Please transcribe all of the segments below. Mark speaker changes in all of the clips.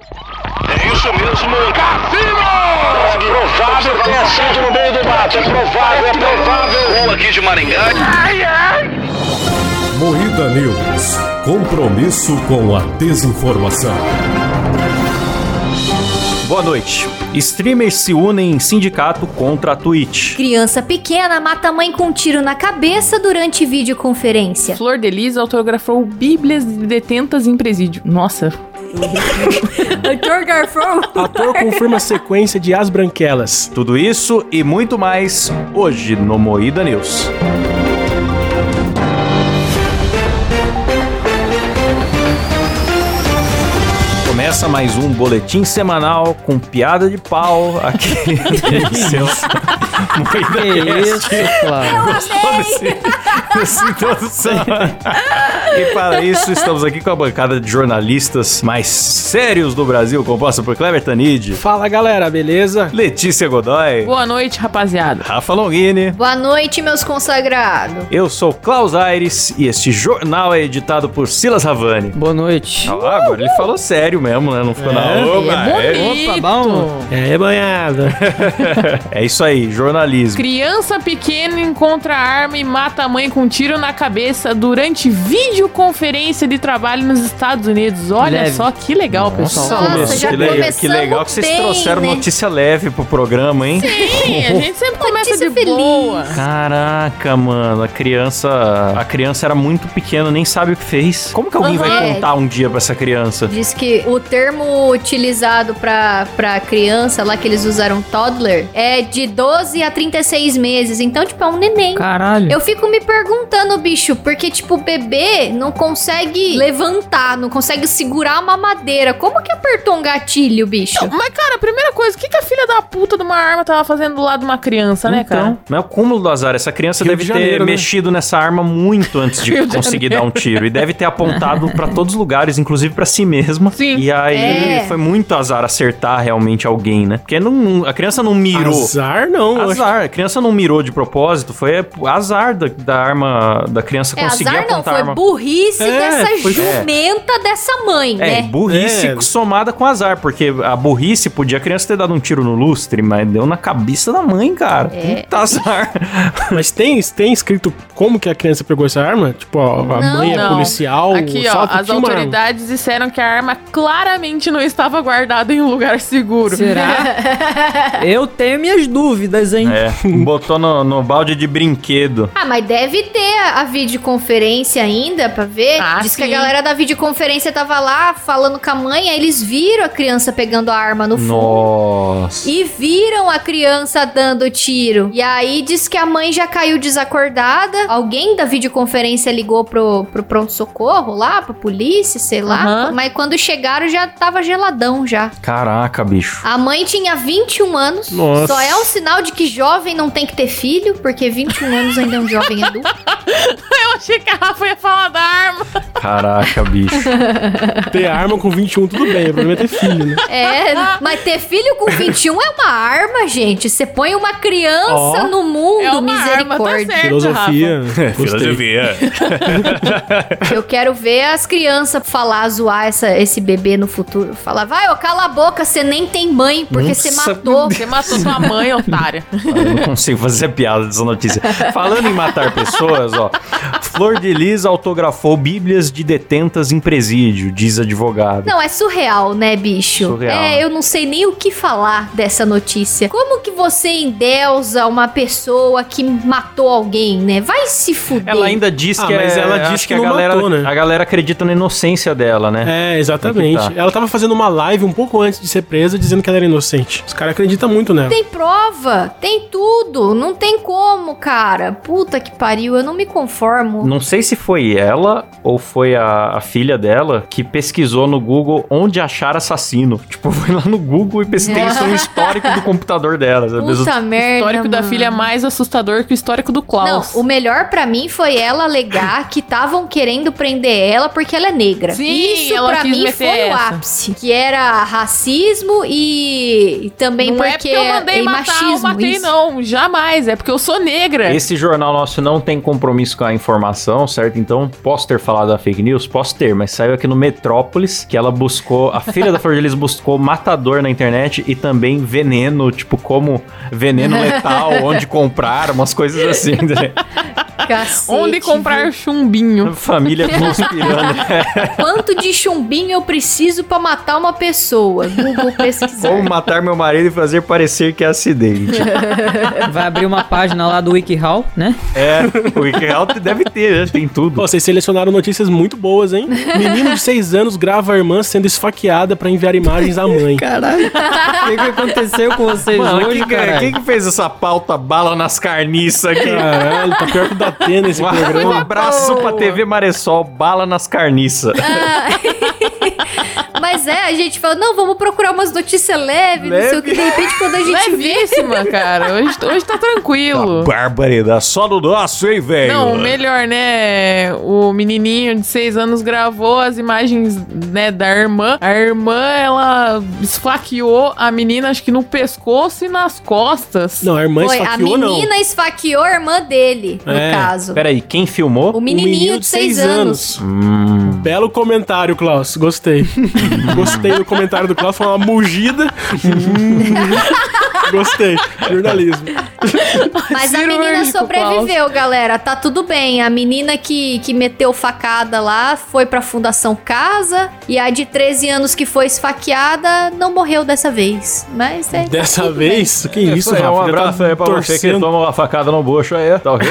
Speaker 1: É isso mesmo. Cassino! É provável que tenha sido no meio do mato. É provável, é provável. Rua aqui de Maringá. Ai, ai.
Speaker 2: Moída News. Compromisso com a desinformação.
Speaker 3: Boa noite. Streamers se unem em sindicato contra a Twitch.
Speaker 4: Criança pequena mata mãe com um tiro na cabeça durante videoconferência.
Speaker 5: Flor de Lis autografou bíblias de detentas em presídio. Nossa.
Speaker 4: Ator Garfão.
Speaker 6: Ator confirma sequência de As Branquelas.
Speaker 3: Tudo isso e muito mais hoje no Moída News. Começa mais um boletim semanal com piada de pau aqui.
Speaker 6: Que isso?
Speaker 3: Moída Cast.
Speaker 4: Eu amei.
Speaker 3: Foda-se. Essa introdução. E para isso, estamos aqui com a bancada de jornalistas mais sérios do Brasil, composta por Kleber Tanid,
Speaker 6: Fala galera, beleza?
Speaker 3: Letícia Godoy,
Speaker 5: Boa noite, rapaziada.
Speaker 3: Rafa Longini.
Speaker 4: Boa noite, meus consagrados.
Speaker 3: Eu sou Klaus Aires e este jornal é editado por Silas Ravani.
Speaker 7: Boa noite.
Speaker 3: Ah, agora ele falou sério mesmo, né? Não ficou na oba.
Speaker 5: é
Speaker 3: É,
Speaker 5: bonito.
Speaker 7: Opa, bom.
Speaker 6: Tá É banhada.
Speaker 3: é isso aí, jornalismo.
Speaker 5: Criança pequena encontra arma e mata a mãe com um tiro na cabeça durante videoconferência de trabalho nos Estados Unidos. Olha
Speaker 7: Leve.
Speaker 5: só que legal, pessoal.
Speaker 4: Nossa,
Speaker 3: Começou-
Speaker 4: já
Speaker 3: que, legal,
Speaker 4: começamos
Speaker 3: que legal que vocês
Speaker 4: bem,
Speaker 3: trouxeram
Speaker 4: né?
Speaker 3: notícia leve pro programa, hein?
Speaker 5: Sim, a gente sempre começa
Speaker 4: Notícia
Speaker 5: de
Speaker 4: feliz.
Speaker 5: boa.
Speaker 3: Caraca, mano, a criança. A criança era muito pequena, nem sabe o que fez. Como que alguém vai
Speaker 4: Aham.
Speaker 3: contar um dia pra essa criança?
Speaker 4: Diz que o termo utilizado pra, pra criança lá que eles usaram toddler é de 12 a 36 meses. Então, tipo, é um neném.
Speaker 7: Caralho.
Speaker 4: Eu fico me perguntando, bicho, porque, tipo, o bebê não consegue levantar, não consegue segurar a mamadeira. Como que apertou um gatilho, bicho?
Speaker 5: Mas, cara, a primeira coisa, o que, que a filha da puta de uma arma tava fazendo do lado de uma criança, né, cara?
Speaker 3: Então, não é o cúmulo do azar. Essa criança
Speaker 6: Rio
Speaker 3: deve
Speaker 6: de
Speaker 3: ter
Speaker 6: Janeiro, né?
Speaker 3: mexido nessa arma muito antes de
Speaker 5: Rio de
Speaker 3: conseguir dar
Speaker 5: Janeiro.
Speaker 3: um tiro. E deve ter apontado pra todos os lugares, inclusive pra si mesma.
Speaker 5: Sim.
Speaker 3: E aí
Speaker 4: É.
Speaker 3: foi muito azar acertar realmente alguém, né? Porque não, a criança não mirou.
Speaker 6: Azar não. eu acho.
Speaker 3: Azar, a criança não mirou de propósito, foi azar da, da arma da criança
Speaker 4: É
Speaker 3: conseguir
Speaker 4: azar
Speaker 3: apontar
Speaker 4: não,
Speaker 3: a
Speaker 4: foi
Speaker 3: arma.
Speaker 4: burrice
Speaker 6: É,
Speaker 4: dessa
Speaker 6: foi-
Speaker 4: jumenta dessa mãe,
Speaker 3: É,
Speaker 4: né?
Speaker 3: burrice
Speaker 6: É.
Speaker 3: somada com azar, porque a burrice podia a criança ter dado um tiro no lustre, mas deu na cabeça da mãe, cara.
Speaker 4: É.
Speaker 3: Puta azar.
Speaker 6: Mas tem, tem escrito como que a criança pegou essa arma? Tipo, ó, a
Speaker 4: Não.
Speaker 6: mãe é
Speaker 5: Não.
Speaker 6: policial,
Speaker 5: Aqui, ó,
Speaker 6: só
Speaker 5: as
Speaker 6: tinha uma arma.
Speaker 5: autoridades disseram que a arma claramente não estava guardada em um lugar seguro.
Speaker 7: Será? Eu tenho minhas dúvidas, hein?
Speaker 3: É, botou no, no balde de brinquedo.
Speaker 4: Ah, mas deve ter a, a videoconferência ainda pra ver.
Speaker 5: Ah,
Speaker 4: Diz que
Speaker 5: sim.
Speaker 4: a galera da videoconferência tava lá falando com a mãe, aí eles viram a criança pegando a arma no fundo.
Speaker 3: Nossa.
Speaker 4: E viram a criança dando tiro. E aí diz que a mãe já caiu desacordada. Alguém da videoconferência ligou pro, pro pronto-socorro lá, pra polícia, sei lá.
Speaker 5: Aham.
Speaker 4: Mas quando chegaram já tava geladão já.
Speaker 3: Caraca, bicho.
Speaker 4: A mãe tinha 21 anos.
Speaker 6: Nossa.
Speaker 4: Só é um sinal de que jovem não tem que ter filho, porque 21 anos ainda é um jovem adulto.
Speaker 5: Eu achei que a Rafa ia falar da arma.
Speaker 3: Caraca, bicho.
Speaker 6: Ter arma com 21, tudo bem. O problema é ter filho, né?
Speaker 4: É, mas ter filho com 21 é uma arma, gente. Você põe uma criança
Speaker 6: Ó,
Speaker 4: no mundo,
Speaker 5: é uma arma, tá
Speaker 4: misericórdia.
Speaker 5: certo,
Speaker 6: Filosofia. Gostei.
Speaker 5: tá
Speaker 4: Eu quero ver as crianças falar, zoar essa, esse bebê no futuro. Falar, vai, ô, cala a boca, você nem tem mãe, porque você
Speaker 3: Nossa,
Speaker 4: matou.
Speaker 5: Você matou sua mãe, otária.
Speaker 3: Eu não consigo fazer piada dessa notícia. Falando em matar pessoas, ó. Flor de Lis autografou bíblias de detentas em presídio, diz advogado.
Speaker 4: Não, é surreal, né, bicho?
Speaker 3: Surreal.
Speaker 4: É, eu não sei nem o que falar dessa notícia. Como que você endeusa uma pessoa que matou alguém, né? Vai se fuder.
Speaker 3: Ela ainda diz
Speaker 6: Ah,
Speaker 3: que
Speaker 6: mas
Speaker 3: é-
Speaker 6: ela
Speaker 3: acho
Speaker 6: diz que
Speaker 3: a
Speaker 6: não
Speaker 3: galera,
Speaker 6: matou, né?
Speaker 3: a galera acredita na inocência dela, né?
Speaker 6: É, exatamente.
Speaker 3: Aqui tá.
Speaker 6: Ela tava fazendo uma live um pouco antes de ser presa, dizendo que ela era inocente. Os caras acreditam muito nela.
Speaker 4: Tem prova, tem tudo, não tem como, cara. Puta que pariu, eu não me conformo.
Speaker 3: Não sei se foi ela ou foi a, a filha dela que pesquisou no Google onde achar assassino. Tipo, foi lá no Google e pesquisou tem isso no histórico do computador dela. sabe?
Speaker 4: Puta merda.
Speaker 5: O histórico da
Speaker 4: mano.
Speaker 5: filha é mais assustador que o histórico do Klaus.
Speaker 4: Não, o melhor pra mim foi ela alegar que estavam querendo prender ela porque ela é negra.
Speaker 5: Sim,
Speaker 4: Isso
Speaker 5: ela
Speaker 4: pra
Speaker 5: quis
Speaker 4: mim
Speaker 5: meter
Speaker 4: foi o
Speaker 5: essa.
Speaker 4: ápice, que era racismo e, e também
Speaker 5: não é
Speaker 4: porque
Speaker 5: porque eu mandei
Speaker 4: e
Speaker 5: matar ou
Speaker 4: machismo.
Speaker 5: matei,
Speaker 4: isso.
Speaker 5: não. Jamais. É porque eu sou negra.
Speaker 3: Esse jornal nosso não tem compromisso com a informação, certo? Então posso ter falado a fake news? Posso ter, mas saiu aqui no Metrópolis que ela buscou, a filha da Flor de Lis buscou matador na internet e também veneno, tipo, como veneno letal, onde comprar, umas coisas assim. né?
Speaker 4: Cacete,
Speaker 5: Onde comprar chumbinho?
Speaker 3: Família conspirando.
Speaker 4: viu? Quanto de chumbinho eu preciso pra matar uma pessoa? Google pesquisar.
Speaker 3: Como matar meu marido e fazer parecer que é acidente.
Speaker 7: Vai abrir uma página lá do WikiHow, né?
Speaker 3: É, o Wikireal deve ter, né? tem
Speaker 6: Pô,
Speaker 3: tudo.
Speaker 6: vocês selecionaram notícias muito boas, hein? Menino de 6 anos grava a irmã sendo esfaqueada pra enviar imagens à mãe.
Speaker 7: Caralho. O que, que aconteceu com
Speaker 6: é
Speaker 7: vocês
Speaker 3: Mano,
Speaker 7: hoje,
Speaker 3: quem, que- é?
Speaker 7: cara?
Speaker 3: quem que fez essa pauta bala nas carniças aqui?
Speaker 6: Caralho, tá pior que o da Atena esse
Speaker 3: Um
Speaker 6: programa.
Speaker 3: abraço pra TV Maressol, bala nas carniças.
Speaker 6: É.
Speaker 4: Mas é, a gente fala, não, vamos procurar umas notícias leves, não sei o que. De repente, quando a gente vê...
Speaker 5: Levíssima, cara. Hoje, hoje tá tranquilo.
Speaker 3: Barbaridade, só no nosso, hein, velho?
Speaker 5: Não, o melhor, né? O menininho de seis anos gravou as imagens, né, da irmã. A irmã, ela esfaqueou a menina, acho que no pescoço e nas costas.
Speaker 6: Não, a irmã
Speaker 4: Foi, a
Speaker 6: esfaqueou, não.
Speaker 4: menina esfaqueou a irmã dele, no
Speaker 6: É, um
Speaker 4: caso.
Speaker 3: Peraí, quem filmou?
Speaker 4: O menininho de 6 anos.
Speaker 3: Hum.
Speaker 6: Belo comentário, Klaus. Gostei. Gostei do comentário do Klaus. Foi uma mugida. Hum. Gostei. Jornalismo.
Speaker 4: Mas
Speaker 6: um
Speaker 4: a
Speaker 5: Cirúrgico,
Speaker 4: menina sobreviveu, galera. Tá tudo bem. A menina que, que meteu facada lá foi pra Fundação Casa. E a de 13 anos que foi esfaqueada não morreu dessa vez. Mas é. tá
Speaker 6: Dessa
Speaker 4: tudo
Speaker 6: vez, que isso,
Speaker 3: aí,
Speaker 6: Rafa?
Speaker 3: um
Speaker 6: Já tá
Speaker 3: abraço aí pra você que
Speaker 6: torcendo.
Speaker 3: toma uma facada no bucho aí, tá ok?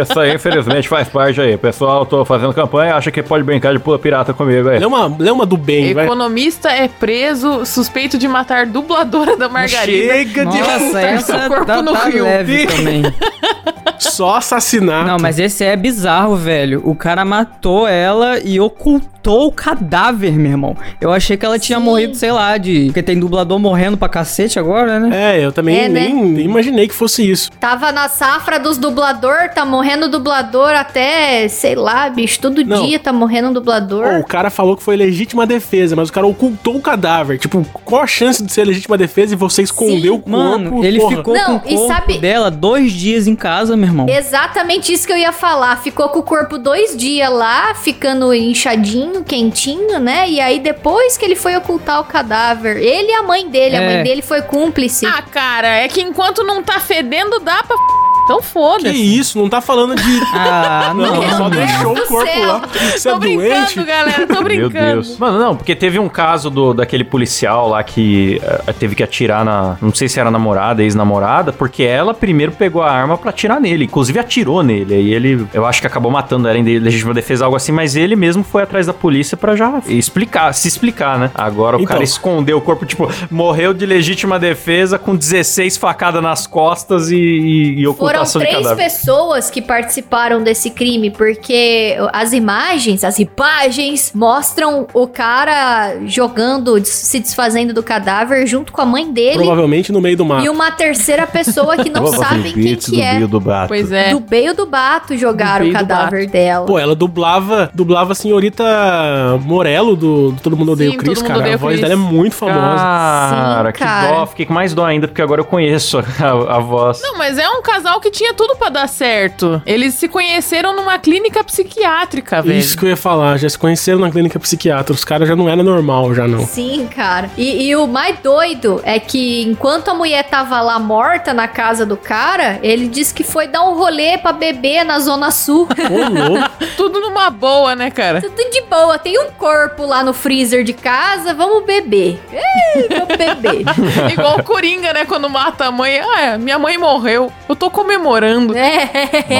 Speaker 3: Isso aí, infelizmente, faz parte aí. Pessoal, tô fazendo campanha, acha que pode brincar de pula pirata comigo aí.
Speaker 6: Lê uma, lê uma do bem, vai.
Speaker 5: Economista é preso suspeito de matar dubladora da Margarida.
Speaker 7: Nossa, essa
Speaker 5: corpo
Speaker 7: tá,
Speaker 5: no
Speaker 7: tá
Speaker 5: rio.
Speaker 7: leve também.
Speaker 6: Só assassinar.
Speaker 7: Não, mas esse é bizarro, velho. O cara matou ela e ocultou o cadáver, meu irmão. Eu achei que ela tinha
Speaker 4: Sim.
Speaker 7: morrido, sei lá, de. Porque tem dublador morrendo pra cacete agora, né?
Speaker 6: É, eu também
Speaker 4: É, né?
Speaker 6: nem, nem imaginei que fosse isso.
Speaker 4: Tava na safra dos dublador, tá morrendo dublador até, sei lá, bicho, todo
Speaker 6: Não.
Speaker 4: dia tá morrendo um dublador.
Speaker 6: Pô, o cara falou que foi legítima defesa, mas o cara ocultou o cadáver. Tipo, qual a chance de ser legítima defesa e você esconder
Speaker 4: Sim.
Speaker 6: o É, corpo?
Speaker 7: Mano, ele
Speaker 6: Porra.
Speaker 7: ficou
Speaker 4: Não,
Speaker 7: com
Speaker 4: e
Speaker 7: o corpo
Speaker 4: sabe-
Speaker 7: dela dois dias em casa, meu irmão.
Speaker 4: Exatamente isso que eu ia falar. Ficou com o corpo dois dias lá, ficando inchadinho, quentinho, né? E aí, depois que ele foi ocultar o cadáver, ele e a mãe dele, a
Speaker 7: É.
Speaker 4: mãe dele foi cúmplice.
Speaker 5: Ah, cara, é que enquanto não tá fedendo, dá pra. f***. Então
Speaker 6: Que
Speaker 5: foda-se.
Speaker 6: isso, não tá falando de...
Speaker 7: Ah,
Speaker 6: Não,
Speaker 7: não.
Speaker 6: só
Speaker 7: mano.
Speaker 6: deixou
Speaker 4: do
Speaker 6: o corpo
Speaker 4: céu.
Speaker 6: lá. Você
Speaker 5: Tô
Speaker 6: é
Speaker 5: brincando,
Speaker 6: doente?
Speaker 5: galera, tô
Speaker 3: Meu
Speaker 5: brincando.
Speaker 3: Deus. Mano, não, porque teve um caso do, daquele policial lá que eh, teve que atirar na. Não sei se era namorada, ex-namorada, porque ela primeiro pegou a arma pra atirar nele. Inclusive atirou nele. Aí ele, eu acho que acabou matando, era em de- legítima defesa, algo assim, mas ele mesmo foi atrás da polícia pra já explicar, se explicar, né? Agora o
Speaker 6: Então.
Speaker 3: cara escondeu o corpo, tipo, morreu de legítima defesa com 16 facadas nas costas e, e, e ocultação
Speaker 4: Foram
Speaker 3: de
Speaker 4: três
Speaker 3: cadáver.
Speaker 4: pessoas que participaram desse crime, porque as imagens, as imagens, mostram o cara jogando, des- se desfazendo do cadáver junto com a mãe dele
Speaker 6: Provavelmente no meio do mato.
Speaker 4: e uma terceira pessoa que não sabem quem que é.
Speaker 3: do bato.
Speaker 5: Pois é.
Speaker 4: Do meio do bato
Speaker 5: Do
Speaker 4: jogaram o
Speaker 5: meio do
Speaker 4: cadáver dela.
Speaker 6: Pô, ela dublava, dublava a senhorita Morello do, do Todo Mundo Odeia
Speaker 5: Sim,
Speaker 6: o Chris,
Speaker 5: Todo Mundo
Speaker 6: cara.
Speaker 5: Odeia
Speaker 6: A
Speaker 5: o
Speaker 6: voz
Speaker 5: Chris.
Speaker 6: dela é muito famosa.
Speaker 3: Cara,
Speaker 4: Sim,
Speaker 3: que
Speaker 4: cara.
Speaker 3: dó. Fiquei com mais dó ainda, porque agora eu conheço a, a voz.
Speaker 5: Não, mas é um casal que tinha tudo pra dar certo. Eles se conheceram numa clínica psiquiátrica, velho.
Speaker 6: Isso que eu ia falar, já se conheceram na clínica psiquiatra. Os caras já não eram normal, já não.
Speaker 4: Sim, cara. E, e o mais doido é que enquanto a mulher tava lá morta na casa do cara, ele disse que foi dar um rolê pra beber na Zona Sul.
Speaker 6: Ô, louco.
Speaker 5: Tudo numa boa, né, cara?
Speaker 4: Tudo de boa, tem um corpo lá no freezer de casa, vamos beber. Ei, vamos beber.
Speaker 5: Igual o Coringa, né? Quando mata a mãe. Ah, é, minha mãe morreu. Eu tô comemorando.
Speaker 4: É.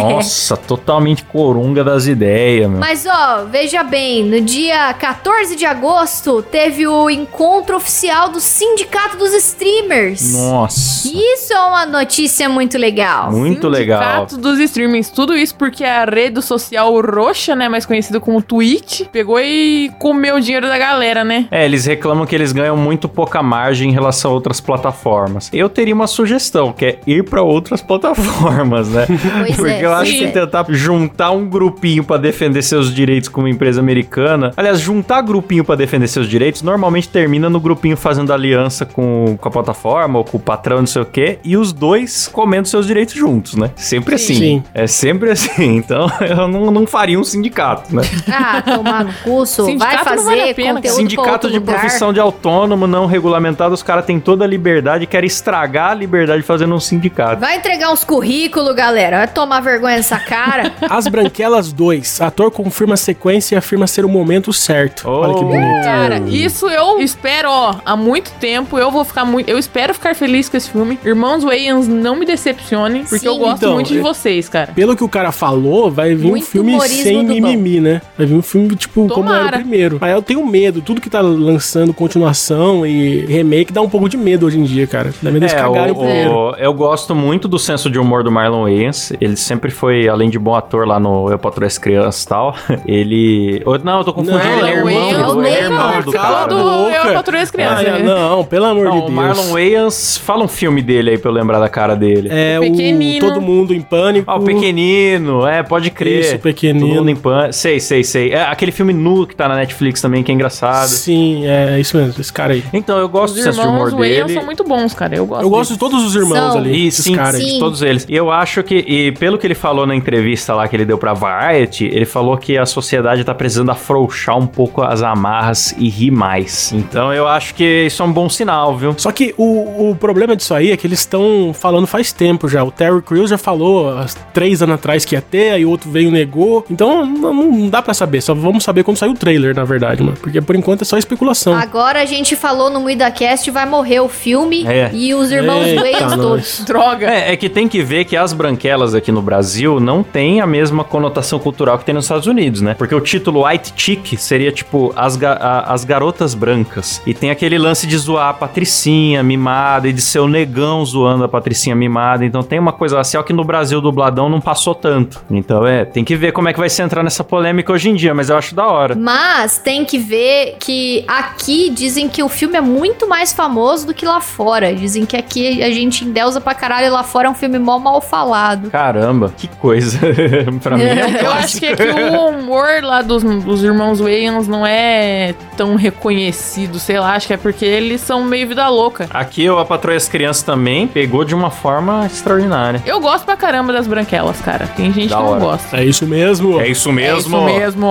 Speaker 3: Nossa, totalmente corunga das ideias, meu.
Speaker 4: Mas ó, veja bem, no dia 14 de agosto teve o encontro oficial do Sindicato dos Streamers.
Speaker 3: Nossa.
Speaker 4: Isso é uma notícia muito legal.
Speaker 3: Muito legal.
Speaker 5: Sindicato dos streamings, tudo isso porque é a rede social roxa, né, mais conhecida como Twitch, pegou e comeu o dinheiro da galera, né?
Speaker 3: É, eles reclamam que eles ganham muito pouca margem em relação a outras plataformas. Eu teria uma sugestão, que é ir pra outras plataformas. formas, né?
Speaker 4: Pois
Speaker 3: Porque
Speaker 4: é,
Speaker 3: eu acho
Speaker 4: sim.
Speaker 3: que tentar juntar um grupinho pra defender seus direitos com uma empresa americana. Aliás, juntar grupinho pra defender seus direitos normalmente termina no grupinho fazendo aliança com, com a plataforma ou com o patrão, não sei o quê, e os dois comendo seus direitos juntos, né? Sempre assim.
Speaker 6: Sim.
Speaker 3: É sempre assim. Então eu não, não faria um sindicato, né?
Speaker 4: Ah, tomar no curso, vai
Speaker 5: Sindicato não
Speaker 4: fazer
Speaker 5: vale a pena.
Speaker 4: conteúdo pra
Speaker 3: Sindicato
Speaker 4: outro
Speaker 3: de
Speaker 4: lugar.
Speaker 3: profissão de autônomo não regulamentado, os caras têm toda a liberdade, querem estragar a liberdade fazendo um sindicato.
Speaker 4: Vai entregar uns currículos, galera. Vai tomar vergonha nessa cara.
Speaker 6: As Branquelas 2. Ator confirma a sequência e afirma ser o momento certo. Olha que
Speaker 3: Oh.
Speaker 6: bonito.
Speaker 5: Cara, isso eu espero, ó, há muito tempo. Eu vou ficar muito. Eu espero ficar feliz com esse filme. Irmãos Wayans, não me decepcionem, porque
Speaker 4: Sim.
Speaker 5: eu gosto
Speaker 6: Então,
Speaker 5: muito de
Speaker 3: é-
Speaker 6: eu-
Speaker 5: vocês, cara.
Speaker 6: Pelo que o cara falou, vai vir um
Speaker 4: Muito
Speaker 6: filme
Speaker 4: humorismo
Speaker 6: sem
Speaker 4: do
Speaker 6: mimimi, né? Vai vir um filme, tipo, como era o
Speaker 5: Tomara.
Speaker 6: primeiro. Mas eu tenho medo. Tudo que tá lançando continuação e remake dá um pouco de medo hoje em dia, cara. Dá medo de
Speaker 3: É,
Speaker 6: cagarem o primeiro.
Speaker 3: o, o, eu gosto muito do senso de humor do Marlon Wayans. Ele sempre foi, além de bom ator lá no Eu Patrulho as Crianças e tal, ele... ou- Não, eu tô confundindo,
Speaker 6: Não,
Speaker 3: ele é
Speaker 5: Marlon
Speaker 3: irmão,
Speaker 5: Wayans,
Speaker 3: do- ele é irmão
Speaker 6: não,
Speaker 3: do
Speaker 6: cala
Speaker 3: cara.
Speaker 6: a
Speaker 5: Do
Speaker 6: boca.
Speaker 5: Eu, Patroa e as Crianças,
Speaker 6: Ah,
Speaker 5: né?
Speaker 6: não, pelo amor
Speaker 3: Não,
Speaker 6: de
Speaker 3: o
Speaker 6: Deus.
Speaker 3: Marlon Wayans, fala um filme dele aí pra eu lembrar da cara dele.
Speaker 6: É
Speaker 5: O
Speaker 6: o
Speaker 5: pequenino.
Speaker 6: Todo Mundo em Pânico.
Speaker 3: Ah, o Pequenino, é, pode crer.
Speaker 6: Isso, o Pequenino.
Speaker 3: Todo mundo em pan... Sei, sei, sei. É aquele filme nu que tá na Netflix também, que é engraçado.
Speaker 6: Sim, é isso mesmo, esse cara aí.
Speaker 3: Então, eu gosto
Speaker 5: Os
Speaker 3: do senso de humor
Speaker 5: irmãos Wayans
Speaker 3: dele.
Speaker 5: são muito bons, cara. Eu gosto.
Speaker 6: Eu gosto de todos os irmãos
Speaker 4: São.
Speaker 6: ali,
Speaker 3: E
Speaker 6: esses
Speaker 3: sim,
Speaker 6: caras aí.
Speaker 4: sim.
Speaker 3: sim, todos eles. E eu acho que, e pelo que ele falou na entrevista lá que ele deu pra Variety, ele falou que a sociedade tá precisando afrouxar um pouco as amarras e rir mais. Então eu acho que isso é um bom sinal, viu?
Speaker 6: Só que o, o problema disso aí é que eles estão falando faz tempo já. O Terry Crews já falou há três anos atrás que ia ter, aí o outro veio e negou. Então não, não dá pra saber, só vamos saber quando sair o trailer, na verdade, mano. Porque por enquanto é só especulação.
Speaker 4: Agora a gente falou no MuidaCast, vai morrer o filme
Speaker 3: É.
Speaker 4: e os irmãos
Speaker 6: Eita,
Speaker 4: Wayans
Speaker 6: nós.
Speaker 4: todos.
Speaker 5: Droga.
Speaker 3: É, é que tem que ver que as branquelas aqui no Brasil não tem a mesma conotação cultural que tem nos Estados Unidos, né? Porque o título White Chick seria tipo as, ga- a- as garotas brancas. E tem aquele lance de zoar a Patricinha mimada e de ser o negão zoando a Patricinha mimada. Então tem uma coisa racial que no Brasil dubladão não passou tanto. Então é, tem que ver como é que vai se entrar nessa polêmica hoje em dia, mas eu acho da hora.
Speaker 4: Mas tem que ver que aqui dizem que o filme é muito mais famoso do que lá fora. Dizem que aqui a gente endeusa pra caralho e lá fora é um filme mó mal falado.
Speaker 3: Caramba, que coisa. pra mim é um
Speaker 5: Eu acho que, é que o humor lá dos, dos irmãos Wayans não é tão reconhecido, sei lá, acho que é porque eles são meio vida louca.
Speaker 3: Aqui o A Patroa e as Crianças também pegou de uma forma extraordinária.
Speaker 5: Eu gosto pra caramba das branquelas, cara. Tem gente
Speaker 3: Da
Speaker 5: que não
Speaker 3: hora.
Speaker 5: gosta.
Speaker 6: É isso mesmo.
Speaker 3: É
Speaker 5: É
Speaker 3: isso
Speaker 5: isso mesmo.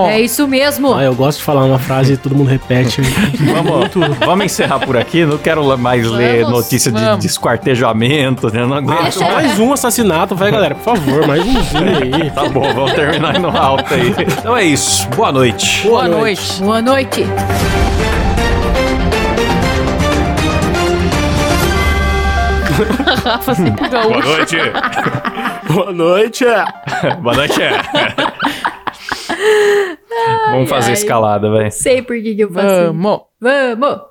Speaker 4: É isso mesmo.
Speaker 6: Ah, eu gosto de falar uma frase e todo mundo repete.
Speaker 3: Vamos, vamos encerrar por aqui. Não quero mais ler
Speaker 5: Vamos,
Speaker 3: notícia
Speaker 5: vamos.
Speaker 3: de desquartejamento, né? Não aguento.
Speaker 4: Deixa-
Speaker 6: mais um assassinato, vai, galera, por favor, mais umzinho aí.
Speaker 3: Tá bom, vamos terminar no alto aí. Então é isso. Boa noite.
Speaker 5: Boa, noite.
Speaker 4: Boa noite.
Speaker 5: Rafa sempre gaúcho.
Speaker 3: noite.
Speaker 6: Boa noite.
Speaker 3: Boa noite. Vamos fazer escalada, velho.
Speaker 4: Sei por que, que eu faço. isso.
Speaker 5: assim. Vamos.
Speaker 4: Vamos.